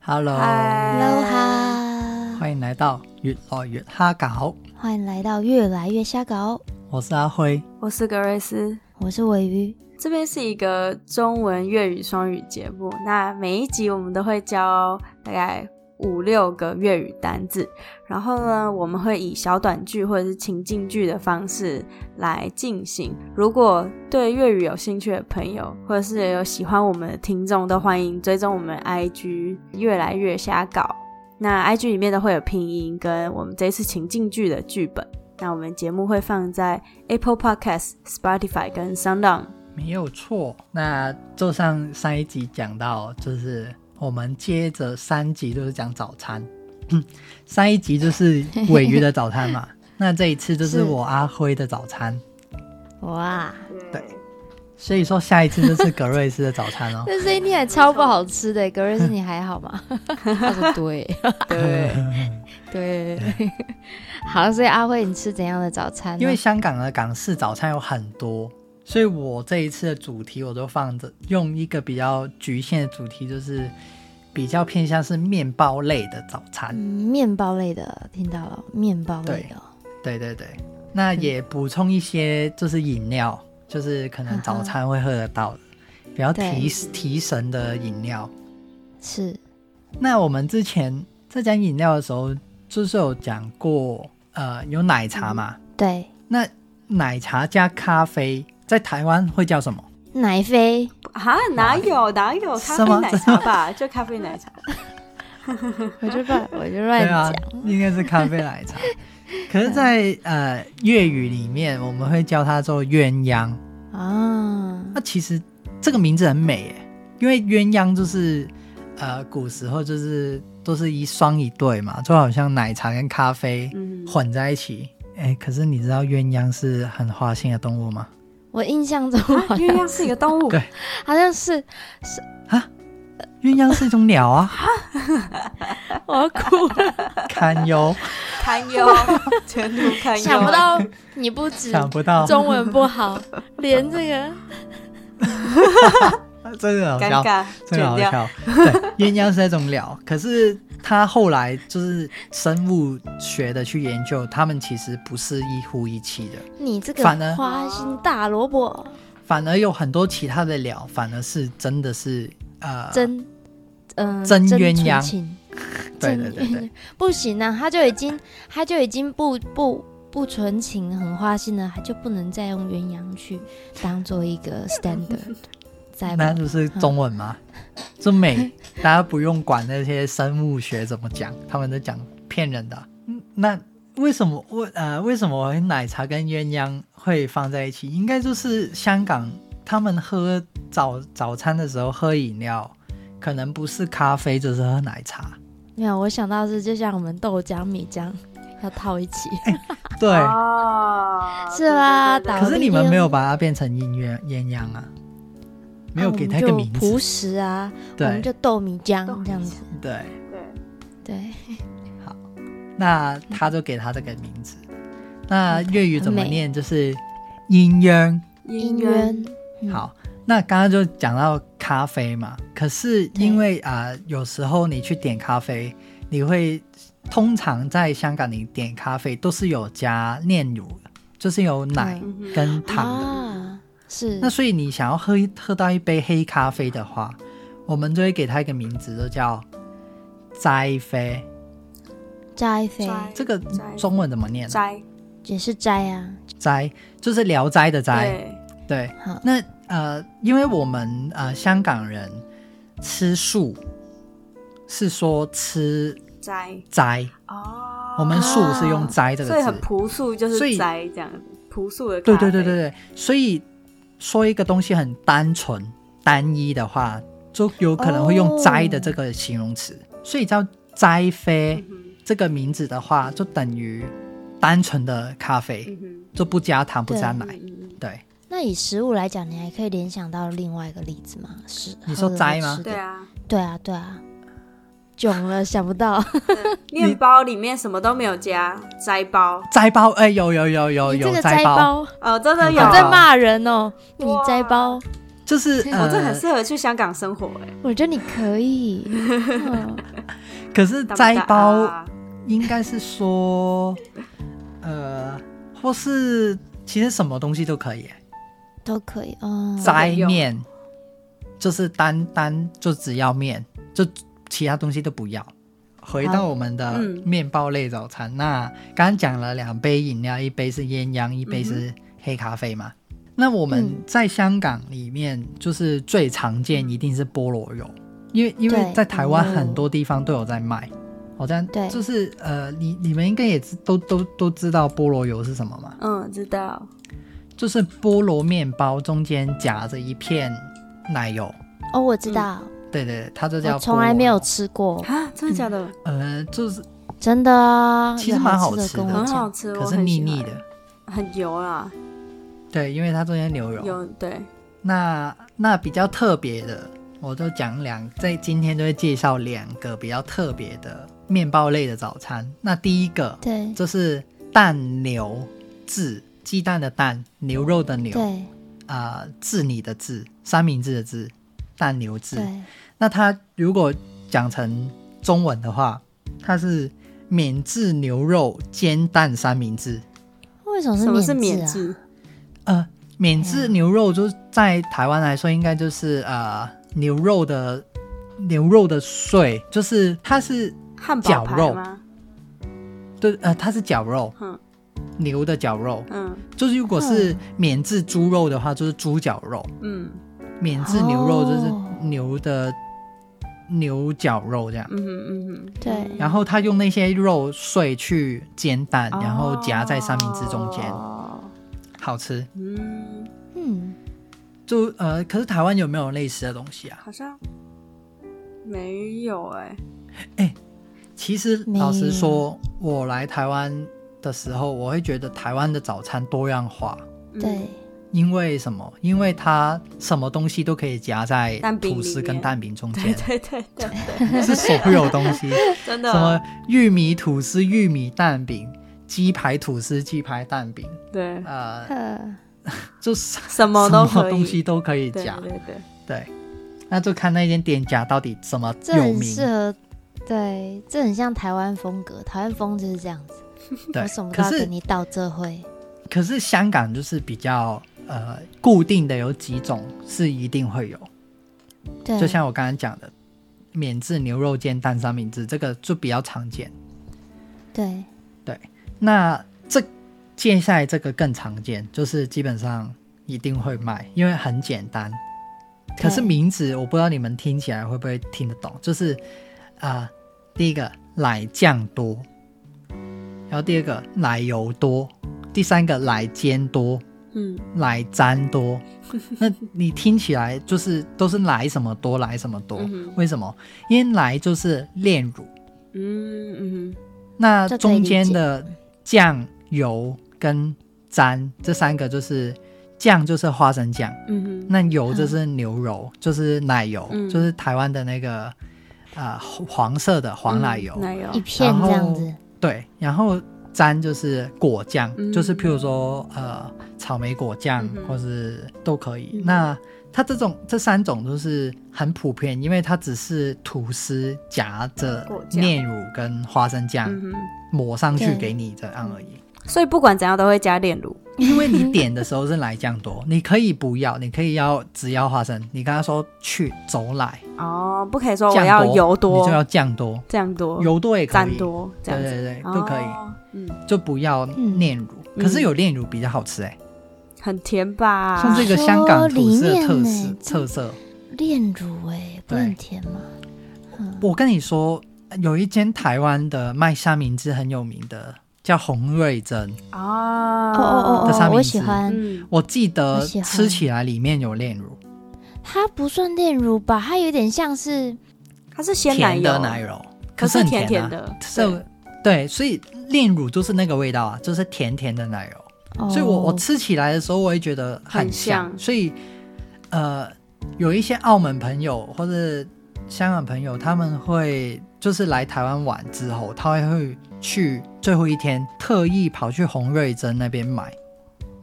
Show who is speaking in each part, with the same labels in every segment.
Speaker 1: Hello，
Speaker 2: 嗨
Speaker 3: Hello 哈，
Speaker 1: 欢迎来到越来越哈搞，
Speaker 3: 欢迎来到越来越瞎搞，
Speaker 1: 我是阿辉。
Speaker 2: 我是格瑞斯。
Speaker 3: 我是尾鱼。
Speaker 2: 这边是一个中文、粤语双语节目。那每一集我们都会教大概五六个粤语单字，然后呢，我们会以小短剧或者是情境剧的方式来进行。如果对粤语有兴趣的朋友，或者是有喜欢我们的听众，都欢迎追踪我们 IG 越来越瞎搞。那 IG 里面都会有拼音跟我们这次情境剧的剧本。那我们节目会放在 Apple Podcast、Spotify 跟 Sound。
Speaker 1: 没有错，那就像上一集讲到，就是我们接着三集都是讲早餐，上嗯一集就是尾鱼的早餐 嘛，那这一次就是
Speaker 3: 是
Speaker 1: 我阿辉的早餐，
Speaker 3: 哇，。
Speaker 1: 对，所以说下一次就是格瑞斯的早餐哦
Speaker 3: 这声音听起来超不好吃的，格瑞斯你还好吗？他说对
Speaker 2: 对，
Speaker 3: 对， 好，所以阿慧你吃怎样的早餐呢？
Speaker 1: 因为香港的港式早餐有很多，所以我这一次的主题我都放着用一个比较局限的主题，就是比较偏向是面包类的早餐。
Speaker 3: 嗯面包类的听到了，面包类的
Speaker 1: 对对对，那也补充一些就是饮料，就是可能早餐会喝得到的，比较提提神的饮料。
Speaker 3: 是
Speaker 1: 那我们之前在讲饮料的时候，就是有讲过，呃，有奶茶嘛，
Speaker 3: 对
Speaker 1: 那奶茶加咖啡在台湾会叫什么？
Speaker 3: 奶啡，
Speaker 2: 啊，哪有哪有
Speaker 1: 什
Speaker 2: 咖
Speaker 1: 么
Speaker 2: 啡奶 茶吧？就咖啡奶茶。
Speaker 3: 我就乱 我就乱
Speaker 1: 对啊
Speaker 3: 讲，，
Speaker 1: 应该是咖啡奶 茶。可是在，呃粤语里面，我们会叫它做鸳鸯。
Speaker 3: 啊，
Speaker 1: 那其实这个名字很美耶，因为鸳鸯就是呃古时候就是都是一双一对嘛，就好像奶茶跟咖啡
Speaker 2: 嗯，
Speaker 1: 混在一起。哎、可是你知道鸳鸯是很花心的动物吗？
Speaker 3: 我印象中好
Speaker 2: 鸳
Speaker 3: 像
Speaker 2: 鸯是一个动物
Speaker 1: 对，
Speaker 3: 好像是
Speaker 1: 鸳鸯是一种鸟啊，
Speaker 3: 我要哭了，
Speaker 1: 堪忧，
Speaker 2: 堪忧， 前途堪忧。
Speaker 3: 想不，到你不止
Speaker 1: 想不到，
Speaker 3: 中文不好，连这个
Speaker 1: 啊真的好
Speaker 2: 尴
Speaker 1: 笑。
Speaker 2: 尬，
Speaker 1: 真的
Speaker 2: 剪
Speaker 1: 好
Speaker 2: 掉。
Speaker 1: 笑。对，鸳鸯是那种鸟， 可是它后来就是生物学的去研究，它们其实不是一夫一妻的，
Speaker 3: 你这个
Speaker 1: 反而
Speaker 3: 花心大萝卜，
Speaker 1: 反而有很多其他的鸟，反而是真的是呃，
Speaker 3: 真，嗯、
Speaker 1: 真
Speaker 3: 纯
Speaker 1: 鸳鸯
Speaker 3: 情，
Speaker 1: 对
Speaker 3: 真
Speaker 1: 对对对，
Speaker 3: 不行啊，他就已经，他就已经不不不纯情，很花心了，他就不能再用鸳鸯去当做一个 standard，在
Speaker 1: 那
Speaker 3: 吧？
Speaker 1: 就是中文嘛，就
Speaker 3: 嗯
Speaker 1: 美，大家不用管那些生物学怎么讲，他们都讲骗人的。嗯那为什么我呃为什么奶茶跟鸳鸯会放在一起？应该就是香港他们喝早早餐的时候喝饮料，可能不是咖啡就是喝奶茶。
Speaker 3: 没有，我想到是就像我们豆浆、米浆要套一起，
Speaker 1: 哎对，
Speaker 2: 哦，
Speaker 3: 是吧
Speaker 2: 对对对对
Speaker 1: 可是你们没有把它变成音乐鸳鸯啊，没有给它一
Speaker 3: 啊
Speaker 1: 个
Speaker 3: 我们
Speaker 1: 名
Speaker 3: 就朴
Speaker 1: 字。
Speaker 3: 实啊，我们
Speaker 1: 对
Speaker 3: 就豆米浆
Speaker 2: 豆米
Speaker 3: 这样子，
Speaker 1: 对，
Speaker 2: 对
Speaker 3: 对，
Speaker 1: 那他就给他这个名字。那粤语怎么
Speaker 3: 很美
Speaker 1: 念？就是音鸯。
Speaker 3: 姻
Speaker 2: 姻缘
Speaker 3: 缘，嗯
Speaker 1: 好，那刚刚就讲到咖啡嘛，可是因为啊、呃有时候你去点咖啡，你会通常在香港你点咖啡都是有加炼乳的，就是有奶
Speaker 2: 嗯嗯哼
Speaker 1: 跟糖的。
Speaker 3: 啊，是
Speaker 1: 那所以你想要喝一喝到一杯黑咖啡的话，我们就会给它一个名字，就叫斋啡。
Speaker 3: 斋妃
Speaker 2: 斋
Speaker 1: 这个
Speaker 2: 斋
Speaker 1: 中文怎么念、啊？
Speaker 2: 斋，
Speaker 3: 也是斋啊，
Speaker 1: 斋就是《聊斋》的斋。
Speaker 2: 对，
Speaker 1: 对
Speaker 3: 好，
Speaker 1: 那呃，因为我们呃香港人吃素是说吃
Speaker 2: 斋
Speaker 1: 斋，
Speaker 2: 哦，
Speaker 1: 我们素是用斋这
Speaker 2: 所以
Speaker 1: 个
Speaker 2: 很啊
Speaker 1: 字。
Speaker 2: 朴素，就
Speaker 1: 所以
Speaker 2: 是斋这样子，朴素的。
Speaker 1: 对对对对，对，所以说一个东西很单纯、单一的话，就有可能会用
Speaker 3: 哦
Speaker 1: “斋”的这个形容词。所以叫“斋啡
Speaker 2: 嗯”哼
Speaker 1: 这个名字的话，就等于单纯的咖啡，
Speaker 2: 嗯哼
Speaker 1: 就不加糖、不加
Speaker 2: 嗯
Speaker 1: 奶。
Speaker 2: 嗯嗯
Speaker 1: 对，
Speaker 3: 那以食物来讲，你还可以联想到另外一个例子吗？是
Speaker 1: 你说斋吗
Speaker 2: 对，啊，
Speaker 3: 对啊，对啊，囧了想不到，
Speaker 2: 对面包里面什么都没有加，斋包呃
Speaker 1: 斋包，哎，有有有有
Speaker 3: 你这
Speaker 1: 有
Speaker 3: 个斋
Speaker 1: 包，
Speaker 3: 包
Speaker 2: 哦，真的有
Speaker 1: 有
Speaker 3: 在骂人哦，你
Speaker 2: 哇
Speaker 3: 斋包
Speaker 1: 就是
Speaker 2: 我、这很
Speaker 1: 呃，
Speaker 2: 适合去香港生活哎、
Speaker 3: 我觉得你可 以，嗯
Speaker 1: 可是
Speaker 2: 当
Speaker 1: 斋
Speaker 2: 大
Speaker 1: 包
Speaker 2: 啊
Speaker 1: 应该是说，呃，或是其实什么东西都可以耶，
Speaker 3: 都可以哦。
Speaker 1: 斋面就是单单就只要面，就其他东西都不要。回到
Speaker 3: 好
Speaker 1: 我们的
Speaker 2: 嗯
Speaker 1: 面包类早餐，那刚刚讲了两杯饮料，一杯是鸳鸯，一杯是黑咖啡嘛。那我们
Speaker 3: 嗯
Speaker 1: 在香港里面，就是最常见一定是菠萝油，因为因为
Speaker 3: 对
Speaker 1: 在台湾
Speaker 3: 嗯
Speaker 1: 很多地方都有在卖。好像
Speaker 3: 对
Speaker 1: 就是呃，你你们应该也知都都都知道菠萝油是什么嘛？
Speaker 2: 嗯，知道，
Speaker 1: 就是菠萝面包中间夹着一片奶油，
Speaker 3: 哦，我知道，
Speaker 2: 嗯
Speaker 1: 对对，对它就叫
Speaker 3: 我从来没
Speaker 1: 菠
Speaker 3: 有
Speaker 1: 萝
Speaker 3: 吃
Speaker 1: 哦
Speaker 3: 过，
Speaker 2: 啊，真的假的？
Speaker 1: 油，呃，就是
Speaker 3: 真的啊，
Speaker 1: 其实蛮好
Speaker 3: 有
Speaker 1: 吃的
Speaker 3: 跟我
Speaker 2: 很好
Speaker 3: 讲，
Speaker 2: 吃，我
Speaker 1: 嗯可是
Speaker 2: 很喜
Speaker 1: 腻
Speaker 2: 欢
Speaker 1: 腻，的，
Speaker 2: 很油啦，
Speaker 1: 对，因为它中间牛油。
Speaker 2: 有对，
Speaker 1: 那那比较特别的，我就讲两，在今天就会介绍两个比较特别的面包类的早餐。那第一个
Speaker 3: 对
Speaker 1: 就是蛋牛治，鸡蛋的蛋，牛肉的牛，
Speaker 3: 对
Speaker 1: 啊、治你的治，三明治的治，蛋牛治。
Speaker 3: 对，
Speaker 1: 那它如果讲成中文的话，它是免治牛肉煎蛋三明治。
Speaker 3: 为什么
Speaker 2: 什么是
Speaker 3: 是
Speaker 2: 免
Speaker 3: 治啊？
Speaker 2: 治？
Speaker 1: 呃，免治牛肉就是在台湾来说，应该就是呃牛肉的牛肉的碎，就是它是
Speaker 2: 汉堡
Speaker 1: 绞肉
Speaker 2: 排吗？
Speaker 1: 对呃它是绞肉，
Speaker 2: 嗯
Speaker 1: 牛的绞肉。
Speaker 2: 嗯
Speaker 1: 就是如果是免治猪肉的话，就是猪绞肉；
Speaker 2: 嗯
Speaker 1: 免治牛肉就是
Speaker 3: 哦
Speaker 1: 牛的牛绞肉这样。
Speaker 2: 嗯哼嗯哼，
Speaker 3: 对
Speaker 1: 然后他用那些肉碎去煎蛋，然后夹在三明治中间，
Speaker 2: 哦
Speaker 1: 好吃。
Speaker 2: 嗯，
Speaker 3: 嗯，
Speaker 1: 就呃，可是台湾有没有类似的东西啊？
Speaker 2: 好像没有哎、
Speaker 1: 其实
Speaker 3: 没有
Speaker 1: 老实说，我来台湾的时候，我会觉得台湾的早餐多样化，
Speaker 2: 嗯
Speaker 3: 对，
Speaker 1: 因为什么？因为它什么东西都可以夹在
Speaker 2: 蛋饼里
Speaker 1: 吐司跟
Speaker 2: 面
Speaker 1: 蛋饼中
Speaker 2: 对
Speaker 1: 间，
Speaker 2: 对对对对，
Speaker 1: 是所有东西，
Speaker 2: 真的哦
Speaker 1: 什么玉米吐司、玉米蛋饼、鸡排吐司、鸡排蛋饼，
Speaker 2: 对，
Speaker 1: 呃，
Speaker 3: 呃，
Speaker 1: 就是
Speaker 2: 什么都
Speaker 1: 什么
Speaker 2: 可以，
Speaker 1: 东西都可以
Speaker 2: 对
Speaker 1: 夹。
Speaker 2: 对对，
Speaker 1: 对，那就看那间店家到底怎么
Speaker 3: 这
Speaker 1: 有
Speaker 3: 很
Speaker 1: 名。
Speaker 3: 适合，对，这很像台湾风格，台湾风就是这样子，
Speaker 1: 对
Speaker 3: 我什么，都
Speaker 1: 可
Speaker 3: 要
Speaker 1: 是
Speaker 3: 跟你倒这会，
Speaker 1: 可是香港就是比较呃固定的有几种是一定会有，
Speaker 3: 对，
Speaker 1: 就像我刚刚讲的，免治牛肉煎蛋三明治这个就比较常见。
Speaker 3: 对
Speaker 1: 那这接下来这个更常见，就是基本上一定会卖，因为很简单。可是
Speaker 3: 对
Speaker 1: 名字我不知道你们听起来会不会听得懂，就是啊、呃第一个奶酱多，然后第二个奶油多，第三个奶煎多，
Speaker 2: 嗯
Speaker 1: 奶粘多。 那你听起来就是都是奶什么多，奶什么多？
Speaker 2: 嗯哼
Speaker 1: 为什么？因为奶就是炼乳，
Speaker 2: 嗯嗯
Speaker 1: 那
Speaker 3: 这可
Speaker 1: 中
Speaker 3: 以理
Speaker 1: 间
Speaker 3: 解
Speaker 1: 的酱油跟沾这三个就是酱就是花生酱，
Speaker 2: 嗯
Speaker 1: 那油就是牛油，就是奶油，
Speaker 2: 嗯
Speaker 1: 就是台湾的那个啊、呃黄色的黄奶油，
Speaker 2: 嗯奶油
Speaker 3: 一片这样子，
Speaker 1: 对，啊然后沾就是果酱，
Speaker 2: 嗯
Speaker 1: 就是譬如说呃草莓果酱、
Speaker 2: 嗯哼
Speaker 1: 或是都可以。
Speaker 2: 嗯哼
Speaker 1: 那它这种这三种都是很普遍，因为它只是吐司夹着
Speaker 2: 嗯果酱
Speaker 1: 炼乳跟花生酱。
Speaker 2: 嗯哼，
Speaker 1: 抹上去
Speaker 3: 对
Speaker 1: 给你这样而已。
Speaker 2: 所以不管怎样都会加炼乳，
Speaker 1: 因为你点的时候是奶酱 多，你可以不要，你可以要只要花生。你跟他说去走奶，
Speaker 2: 哦，不可以说我
Speaker 1: 酱
Speaker 2: 要油
Speaker 1: 多，你
Speaker 2: 多
Speaker 1: 就，要酱多，
Speaker 2: 这样多，
Speaker 1: 油多也可
Speaker 2: 蘸
Speaker 1: 以，
Speaker 2: 多这
Speaker 1: 对
Speaker 2: 样
Speaker 1: 对
Speaker 2: 子
Speaker 1: 对，都可以，
Speaker 2: 哦嗯，
Speaker 1: 就不要炼乳。
Speaker 2: 嗯
Speaker 1: 可是有炼乳比较好吃哎，
Speaker 2: 很甜吧？
Speaker 1: 像这个香港吐司的
Speaker 3: 说
Speaker 1: 特色
Speaker 3: 里面呢
Speaker 1: 特色。
Speaker 3: 炼乳哎，不
Speaker 1: 对
Speaker 3: 能甜吗？嗯，
Speaker 1: 我跟你说，有一间台湾的卖三明治很有名的，叫洪瑞珍。
Speaker 2: 哦
Speaker 3: 哦哦
Speaker 1: 这
Speaker 3: 哦
Speaker 1: 三
Speaker 3: 哦，
Speaker 1: 明
Speaker 3: 我
Speaker 1: 治
Speaker 3: 喜欢，
Speaker 2: 嗯，
Speaker 1: 我记
Speaker 3: 我
Speaker 1: 得
Speaker 3: 喜欢
Speaker 1: 吃起来里面有炼乳，
Speaker 3: 它不算炼乳吧，它有点像是
Speaker 2: 它是鲜奶
Speaker 1: 甜
Speaker 2: 油
Speaker 1: 的，奶油，
Speaker 2: 可
Speaker 1: 是
Speaker 2: 是
Speaker 1: 很
Speaker 2: 甜
Speaker 1: 甜
Speaker 2: 甜
Speaker 1: 啊
Speaker 2: 的，对
Speaker 1: 是，对，所以炼乳就是那个味道啊，就是甜甜的奶油。
Speaker 3: 哦
Speaker 1: 所以我我吃起来的时候，我也觉得很
Speaker 2: 很
Speaker 1: 像。
Speaker 2: 像
Speaker 1: 所以，呃，有一些澳门朋友或者香港朋友，他们会就是来台湾玩之后，他会会去最后一天特意跑去洪瑞珍那边买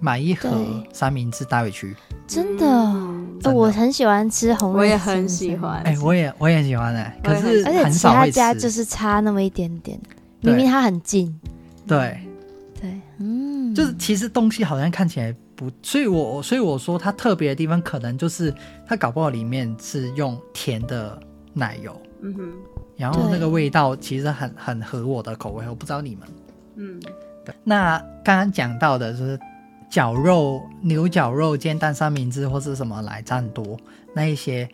Speaker 1: 买一盒
Speaker 3: 对
Speaker 1: 三明治带回去。
Speaker 3: 真的哦
Speaker 2: 嗯
Speaker 1: 真的
Speaker 3: 我很喜欢吃红
Speaker 2: 我
Speaker 3: 瑞
Speaker 2: 也
Speaker 3: 吃
Speaker 2: 很
Speaker 3: 意
Speaker 2: 喜
Speaker 3: 面
Speaker 2: 欢
Speaker 1: 哎、我也我也很喜欢哎、
Speaker 2: 我也
Speaker 1: 可
Speaker 2: 很
Speaker 1: 是
Speaker 2: 喜
Speaker 3: 而且
Speaker 1: 很
Speaker 3: 其
Speaker 1: 少
Speaker 3: 他
Speaker 1: 会
Speaker 3: 家就
Speaker 1: 吃。
Speaker 3: 是差那么一点点，
Speaker 1: 对
Speaker 3: 明明它很近，
Speaker 1: 对，
Speaker 3: 对，嗯，
Speaker 1: 就是其实东西好像看起来不，所以我所以我说它特别的地方，可能就是它搞不好里面是用甜的奶油，
Speaker 2: 嗯哼，
Speaker 1: 然后那
Speaker 3: 对
Speaker 1: 个味道其实很很合我的口味，我不知道你们。
Speaker 2: 嗯，
Speaker 1: 对那刚刚讲到的就是绞肉、牛绞肉、煎蛋三明治或是什么来占多那一些，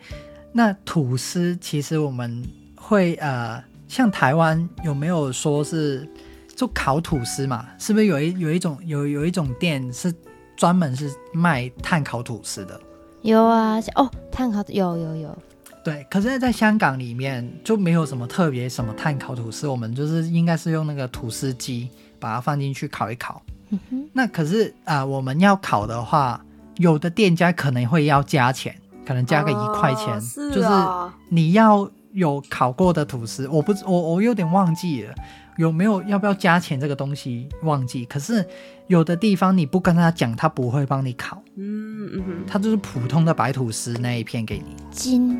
Speaker 1: 那吐司其实我们会呃，像台湾有没有说是做烤吐司嘛？是不是有一有一种有有一种店是专门是卖碳烤吐司的？
Speaker 3: 有啊，像哦，碳烤有有有，
Speaker 1: 对，可是，在香港里面就没有什么特别什么碳烤吐司，我们就是应该是用那个吐司机把它放进去烤一烤。
Speaker 3: 嗯哼，
Speaker 1: 那可是啊、呃我们要烤的话，有的店家可能会要加钱，可能加个一块钱，
Speaker 2: 哦是
Speaker 1: 就是
Speaker 2: 哦
Speaker 1: 你要有烤过的吐司，我不知我我有点忘记了，有没有要不要加钱这个东西忘记。可是有的地方你不跟他讲，他不会帮你烤，
Speaker 2: 嗯嗯哼，
Speaker 1: 他就是普通的白吐司那一片给你，
Speaker 3: 金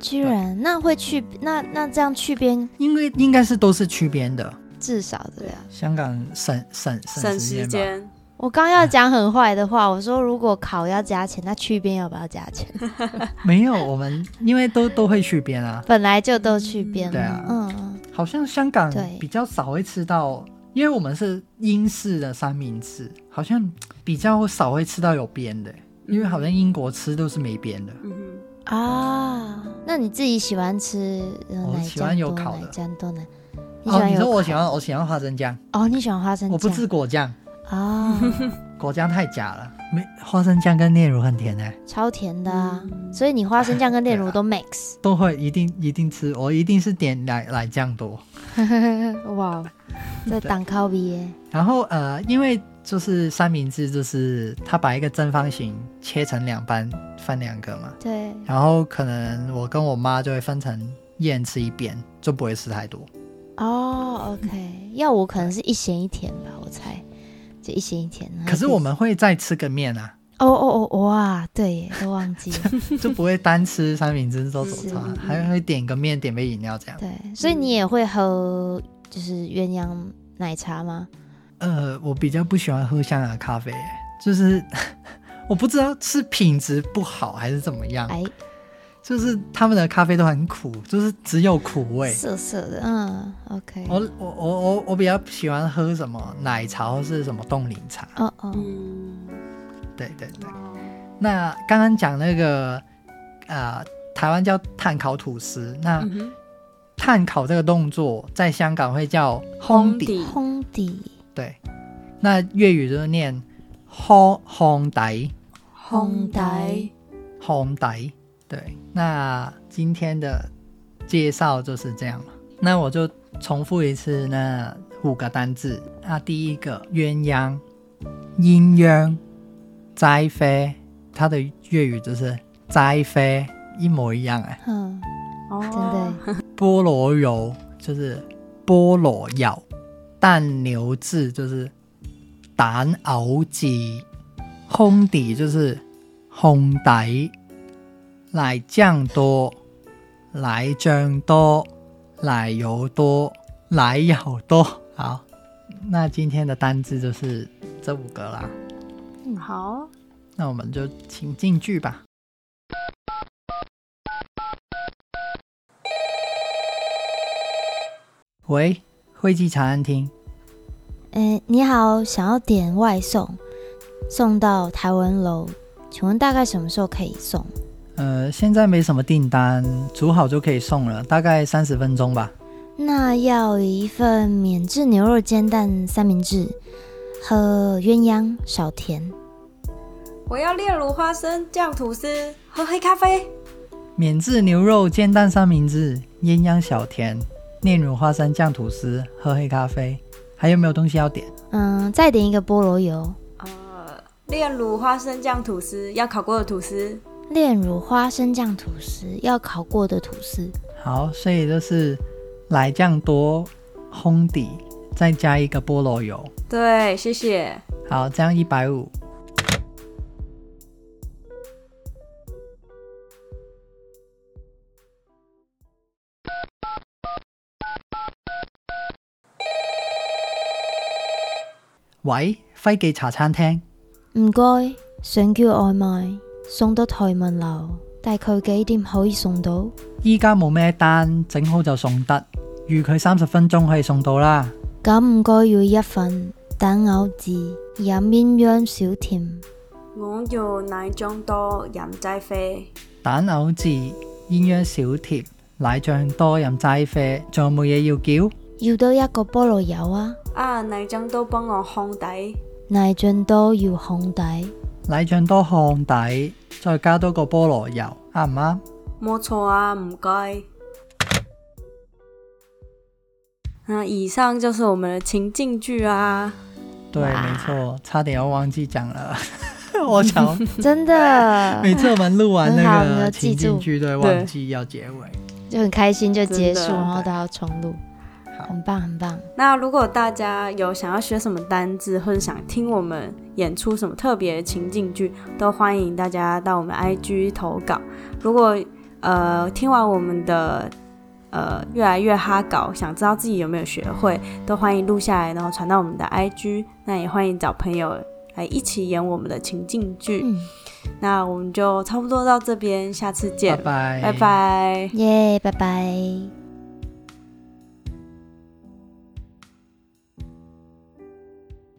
Speaker 3: 居然那会去那那这样去边
Speaker 1: 因为应该是都是区边的，
Speaker 3: 至少的呀。
Speaker 1: 香港省省
Speaker 2: 省时
Speaker 1: 时间吧。
Speaker 2: 间，
Speaker 3: 我刚要讲很坏的话，我说如果烤要加钱，那去边要不要加 钱？
Speaker 1: 没有，我们因为都都会区边啊，
Speaker 3: 本来就都去边
Speaker 1: 对啊
Speaker 3: 了，嗯嗯，
Speaker 1: 好像香港
Speaker 3: 对
Speaker 1: 比较少会吃到，因为我们是英式的三明治，好像比较少会吃到有边
Speaker 3: 嗯
Speaker 1: 的，因为好像英国吃都是没边的。
Speaker 2: 嗯哼，
Speaker 3: 啊，
Speaker 1: 哦
Speaker 3: 那你自己喜欢吃呃
Speaker 1: 我
Speaker 3: 奶
Speaker 1: 喜欢
Speaker 3: 酱
Speaker 1: 有
Speaker 3: 多
Speaker 1: 烤
Speaker 3: 奶
Speaker 1: 的
Speaker 3: 酱多奶？你喜
Speaker 1: 哦，
Speaker 3: 欢
Speaker 1: 你
Speaker 3: 有
Speaker 1: 说我
Speaker 3: 烤
Speaker 1: 喜欢我喜欢花生酱，
Speaker 3: 哦，你喜欢花生酱？
Speaker 1: 我不吃果酱，
Speaker 3: 啊，
Speaker 1: 果酱太假了，没花生酱跟炼乳很甜哎、
Speaker 3: 超甜的啊！
Speaker 2: 嗯
Speaker 3: 所以你花生酱跟炼
Speaker 1: 对
Speaker 3: 乳
Speaker 1: 啊
Speaker 3: 都 mix，
Speaker 1: 都会一定一定吃，我一定是点奶奶酱多。
Speaker 3: 哇，这
Speaker 1: 对
Speaker 3: 挡靠比耶！
Speaker 1: 然后呃，因为就是三明治，就是它把一个正方形切成两半，分两个嘛，
Speaker 3: 对，
Speaker 1: 然后可能我跟我妈就会分成一人吃一边，就不会吃太多。
Speaker 3: 嗯哦，OK，要我可能是一咸一甜吧，我猜，就一咸一甜。然后
Speaker 1: 可是
Speaker 3: 就
Speaker 1: 我们会再吃个面 啊，
Speaker 3: 哦哦哦，哇，对耶，都忘记了。
Speaker 1: 就不会单吃三明治都走
Speaker 3: 是
Speaker 1: 茶，还会点个面，点杯饮料这样。
Speaker 3: 对，所以你也会喝就是鸳鸯奶茶吗？
Speaker 1: 呃，我比较不喜欢喝香港咖啡、就是 我不知道是品质不好还是怎么样，
Speaker 3: 哎，
Speaker 1: 就是他们的咖啡都很苦，就是只有苦味。
Speaker 3: 涩涩的，嗯，OK。
Speaker 1: 我我我我我比较喜欢喝什么奶茶或是什么冻柠茶，
Speaker 3: 哦哦，
Speaker 2: 嗯，
Speaker 1: 对对对。
Speaker 2: 哦
Speaker 1: 那刚刚讲那个，呃，台湾叫碳烤吐司，那
Speaker 2: 嗯哼，
Speaker 1: 碳烤这个动作在香港会叫烘底，
Speaker 2: 底
Speaker 3: 烘底，
Speaker 1: 对，那粤语就是念烘烘底，
Speaker 2: 烘底，
Speaker 1: 烘底，对。那今天的介绍就是这样了，那我就重复一次那五个单字，那第一个鸳鸯，鸳鸯，斋飞，它的粤语就是斋飞，一模一样哎、
Speaker 3: 嗯，
Speaker 2: 哦，
Speaker 3: 真的，
Speaker 1: 菠萝油就是菠萝油，蛋牛治就是蛋牛治，烘底就是烘底，奶酱多，奶酱多，奶油多，奶油多。好，那今天的单字就是这五个啦，
Speaker 2: 好，
Speaker 1: 那我们就请进句吧。喂，汇记茶餐厅。
Speaker 3: 诶，你好，想要点外送，送到台湾楼，请问大概什么时候可以送？
Speaker 1: 呃，现在没什么订单，煮好就可以送了，大概三十分钟吧。
Speaker 3: 那要一份免治牛肉煎蛋三明治，和鸳鸯少甜，
Speaker 2: 我要炼乳花生酱吐司喝黑咖啡，
Speaker 1: 免治牛肉煎蛋三明治、鸳鸯小甜、炼乳花生酱吐司、喝黑咖啡，还有没有东西要点？
Speaker 3: 嗯，再点一个菠萝油，
Speaker 2: 呃，炼乳花生酱吐司要烤过的吐司，
Speaker 3: 炼乳花生酱吐司，要烤过的吐司，
Speaker 1: 好，所以就是奶酱多烘底，再加一个菠萝油。
Speaker 2: 对，谢谢。
Speaker 1: 好，这样一百五。喂，輝記茶餐廳，
Speaker 3: 唔該，想叫外賣，送到台文樓，大概幾點可以送到？
Speaker 1: 依家冇咩單，整好就送得，預佢三十分鐘可以送到啦。
Speaker 3: 咁唔該要一份蛋牛治飲鴛鴦小甜，
Speaker 2: 我要奶中多飲齋啡，
Speaker 1: 蛋牛治、鴛鴦小甜、奶醬多飲齋啡，仲有冇嘢要叫？
Speaker 3: 要多一個菠蘿油啊，
Speaker 2: 啊奶中多幫我烘底，
Speaker 3: 奶醬多要烘底，
Speaker 1: 奶醬多烘底，再加多個菠蘿油，啊啱唔啱？
Speaker 2: 冇錯啊，唔該。那以上就是我們的情境劇啊，
Speaker 1: 对，
Speaker 3: 哇
Speaker 1: 没错，差点要忘记讲 了。我想
Speaker 3: 真的
Speaker 1: 每次我们录完
Speaker 3: 很
Speaker 1: 那
Speaker 3: 好你
Speaker 1: 个
Speaker 3: 要记
Speaker 1: 情景
Speaker 3: 住
Speaker 1: 剧，都会
Speaker 2: 对
Speaker 1: 忘记要结尾。
Speaker 3: 就很開心就
Speaker 2: 真
Speaker 3: 結束，
Speaker 2: 的
Speaker 3: 然後都要重錄，
Speaker 1: 好
Speaker 3: 很棒很棒。
Speaker 2: 那如果大家有想要学什么单字，或者想听我们演出什么特别的情境剧，都欢迎大家到我们 IG 投稿。如果呃听完我们的呃越来越哈稿，想知道自己有没有学会，都欢迎录下来，然后传到我们的 IG。那也欢迎找朋友来一起演我们的情境剧。
Speaker 3: 嗯，
Speaker 2: 那我们就差不多到这边，下次见，
Speaker 1: 拜，
Speaker 2: 拜拜
Speaker 3: 耶，拜拜。